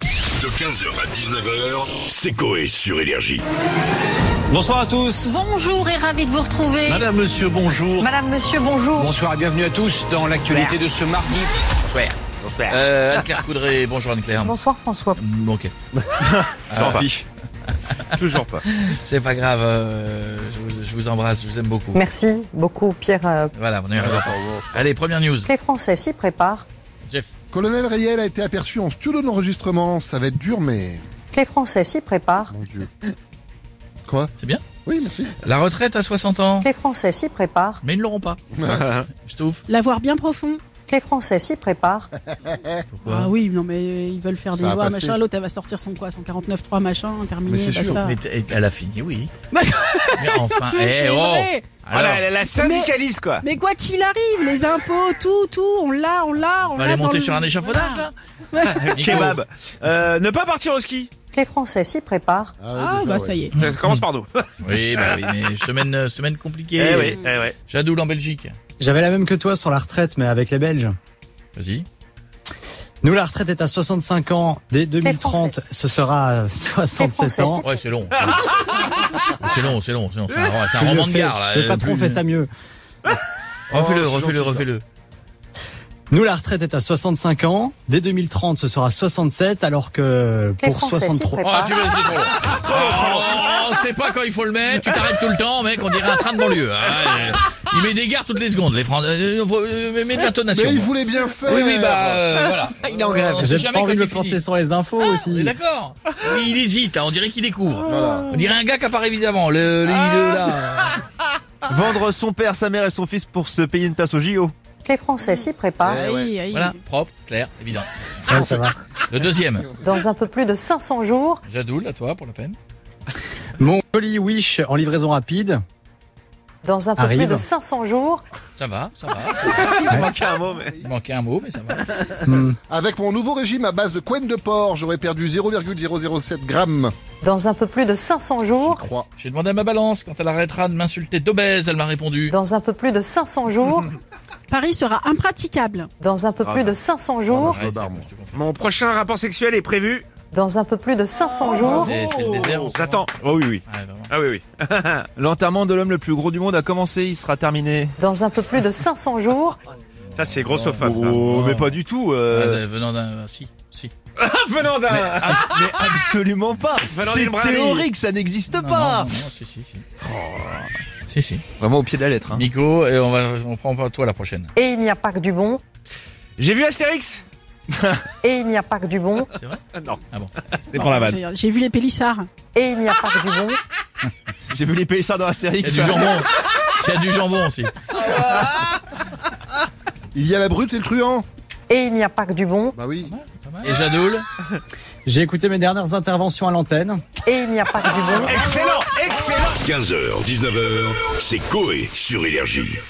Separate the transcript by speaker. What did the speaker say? Speaker 1: De 15h à 19h, c'est Coé sur Énergie.
Speaker 2: Bonsoir à tous.
Speaker 3: Bonjour et ravi de vous retrouver.
Speaker 2: Madame, monsieur, bonjour.
Speaker 4: Madame, monsieur, bonjour.
Speaker 5: Bonsoir et bienvenue à tous dans l'actualité de ce mardi.
Speaker 6: Euh, Anne-Claire Coudray, bonjour Anne-Claire.
Speaker 4: Bonsoir François.
Speaker 6: Mm, Ok, Ah.
Speaker 7: Toujours pas.
Speaker 6: c'est pas grave, euh, je, vous, je vous embrasse, je vous aime beaucoup.
Speaker 4: Merci beaucoup Pierre. euh,
Speaker 6: Voilà, on est arrivé. Allez, première news.
Speaker 4: Les Français s'y préparent.
Speaker 6: Jeff,
Speaker 8: Colonel Rayel a été aperçu en studio d'enregistrement. Ça va être dur, mais
Speaker 4: Les Français s'y préparent.
Speaker 8: mon Dieu. Quoi
Speaker 6: c'est bien
Speaker 8: Oui, merci.
Speaker 6: La retraite à 60 ans,
Speaker 4: Les Français s'y préparent.
Speaker 6: mais ils ne l'auront pas. Je trouve.
Speaker 9: L'avoir bien profond.
Speaker 4: Les Français s'y préparent.
Speaker 9: Ah
Speaker 6: Pourquoi
Speaker 9: oui, non mais ils veulent faire des
Speaker 8: Ça a
Speaker 9: lois,
Speaker 8: passé.
Speaker 9: machin. L'autre, elle va sortir son quoi, son 49.3, machin, terminé,
Speaker 8: Mais c'est sûr,
Speaker 9: basta.
Speaker 6: Mais t- eh, Elle a fini, oui.
Speaker 9: Bah-
Speaker 6: Mais enfin,
Speaker 9: Mais
Speaker 6: eh
Speaker 9: c'est
Speaker 6: oh
Speaker 9: vrai.
Speaker 6: Alors,
Speaker 7: Voilà, la, la syndicaliste, quoi.
Speaker 9: Mais quoi qu'il arrive, les impôts, tout, tout, on l'a, on l'a, on
Speaker 6: on va
Speaker 9: l'a.
Speaker 6: aller
Speaker 9: dans
Speaker 6: monter
Speaker 9: le-
Speaker 6: sur un échafaudage là Nico.
Speaker 7: Kebab. Euh, ne pas partir au ski.
Speaker 4: Les Français s'y préparent.
Speaker 9: Ah bah ça y est.
Speaker 7: Ça commence par nous.
Speaker 6: Oui, bah oui, mais semaine, euh, semaine compliquée.
Speaker 7: Eh oui, eh oui.
Speaker 6: Jadoul en Belgique.
Speaker 10: J'avais la même que toi sur la retraite, mais avec les Belges.
Speaker 6: Vas-y.
Speaker 10: Nous, la retraite est à 65 ans. Dès
Speaker 4: Français.
Speaker 10: 2030, ce sera euh, 67
Speaker 4: Français,
Speaker 10: ans.
Speaker 6: Ouais, c'est long. c'est long, c'est long, c'est long. C'est un, c'est un
Speaker 10: Il le
Speaker 6: roman de
Speaker 10: fait.
Speaker 6: gare là. euh,
Speaker 10: Le patron fait ça mieux.
Speaker 6: Refais-le,
Speaker 8: Oh,
Speaker 6: refais-le,
Speaker 8: gentil, ça.
Speaker 6: refais-le.
Speaker 10: Nous, la retraite est à 65 ans. Dès 2030, ce sera 67, alors que
Speaker 4: Les
Speaker 10: pour
Speaker 4: Français s'y
Speaker 10: 63...
Speaker 6: Oh,
Speaker 4: préparent.
Speaker 6: tu c'est trop long. Oh, on sait pas quand il faut le mettre, tu t'arrêtes tout le temps, mec, on dirait un train de banlieue. hein. Il met des gares toutes les secondes, les Français. Euh, faut- euh, mais- mais de l'intonation.
Speaker 8: Mais il voulait bien faire.
Speaker 6: Oui, oui, bah, euh, voilà. Il est en grève.
Speaker 10: J'ai pas envie de le
Speaker 6: fini.
Speaker 10: planter sur les infos
Speaker 6: Ah, on est
Speaker 10: aussi.
Speaker 6: d'accord. Oui, Il hésite, là, on dirait qu'il découvre.
Speaker 8: Voilà.
Speaker 6: On dirait un gars qui a pas révisé avant. Le, le, le-
Speaker 10: Ah.
Speaker 6: là.
Speaker 7: Ah. Vendre son père, sa mère et son fils pour se payer une place au JO.
Speaker 4: Les Français s'y préparent.
Speaker 8: Eh ouais.
Speaker 9: Aïe, aïe.
Speaker 6: Voilà, propre, clair, évident.
Speaker 10: Ouais, Ah, ça va.
Speaker 6: Le deuxième.
Speaker 4: Dans un peu plus de 500 jours,
Speaker 6: Jadoul, à toi, pour la peine.
Speaker 10: Mon colis Wish en livraison rapide.
Speaker 4: dans un peu
Speaker 10: Arrive.
Speaker 4: plus de 500 jours,
Speaker 6: Ça va, ça va.
Speaker 7: Il manquait un mot, mais.
Speaker 6: Il manquait un mot, mais ça va.
Speaker 10: Hmm.
Speaker 8: Avec mon nouveau régime à base de couenne de porc, j'aurais perdu 0,007 grammes.
Speaker 4: dans un peu plus de 500 jours,
Speaker 8: Croix.
Speaker 6: J'ai demandé à ma balance quand elle arrêtera de m'insulter d'obèse, elle m'a répondu.
Speaker 4: dans un peu plus de 500 jours,
Speaker 9: Paris sera impraticable.
Speaker 4: dans un peu plus de 500 jours,
Speaker 6: Ouais,
Speaker 8: me
Speaker 6: c'est
Speaker 8: barre,
Speaker 6: bon,
Speaker 8: moi.
Speaker 6: je te confirme.
Speaker 7: Mon prochain rapport sexuel est prévu.
Speaker 4: dans un peu plus de 500 jours,
Speaker 6: C'est c'est le désert. en ce
Speaker 7: J'attends. Oh oui, oui.
Speaker 6: moment. Ouais, vraiment.
Speaker 7: Ah oui, oui. L'enterrement de l'homme le plus gros du monde a commencé, il sera terminé.
Speaker 4: dans un peu plus de 500 jours,
Speaker 7: Ça, c'est grossophobe.
Speaker 6: Oh, mais pas
Speaker 7: du tout. euh,
Speaker 6: Ouais, venant d'un. Si, si.
Speaker 7: venant d'un. ah, Mais, absolument pas.
Speaker 5: C'est théorique, ça n'existe
Speaker 6: Non,
Speaker 5: pas.
Speaker 6: non, non, non, si, si, si. Si, si.
Speaker 7: Vraiment au pied de la lettre. hein.
Speaker 6: Nico, et on, va, on prend pas toi la prochaine.
Speaker 4: et il n'y a pas que du bon,
Speaker 7: J'ai vu Astérix.
Speaker 4: et il n'y a pas que du bon,
Speaker 6: C'est vrai
Speaker 7: Non.
Speaker 6: Ah bon.
Speaker 7: C'est
Speaker 9: Bon, j'ai- J'ai vu les Pélissards.
Speaker 4: et il n'y a pas que du bon.
Speaker 7: J'ai vu les Pélissards dans
Speaker 6: Il y a
Speaker 7: Astérix.
Speaker 6: du jambon. Il y a du jambon aussi.
Speaker 8: Il y a la brute et le truand.
Speaker 4: Et il n'y a pas que du bon,
Speaker 8: Bah oui.
Speaker 6: Et Jadoul
Speaker 10: J'ai écouté mes dernières interventions à l'antenne.
Speaker 4: et il n'y a pas que du bon.
Speaker 7: Excellent, excellent.
Speaker 1: 15h, 19h, c'est Coé sur Énergie.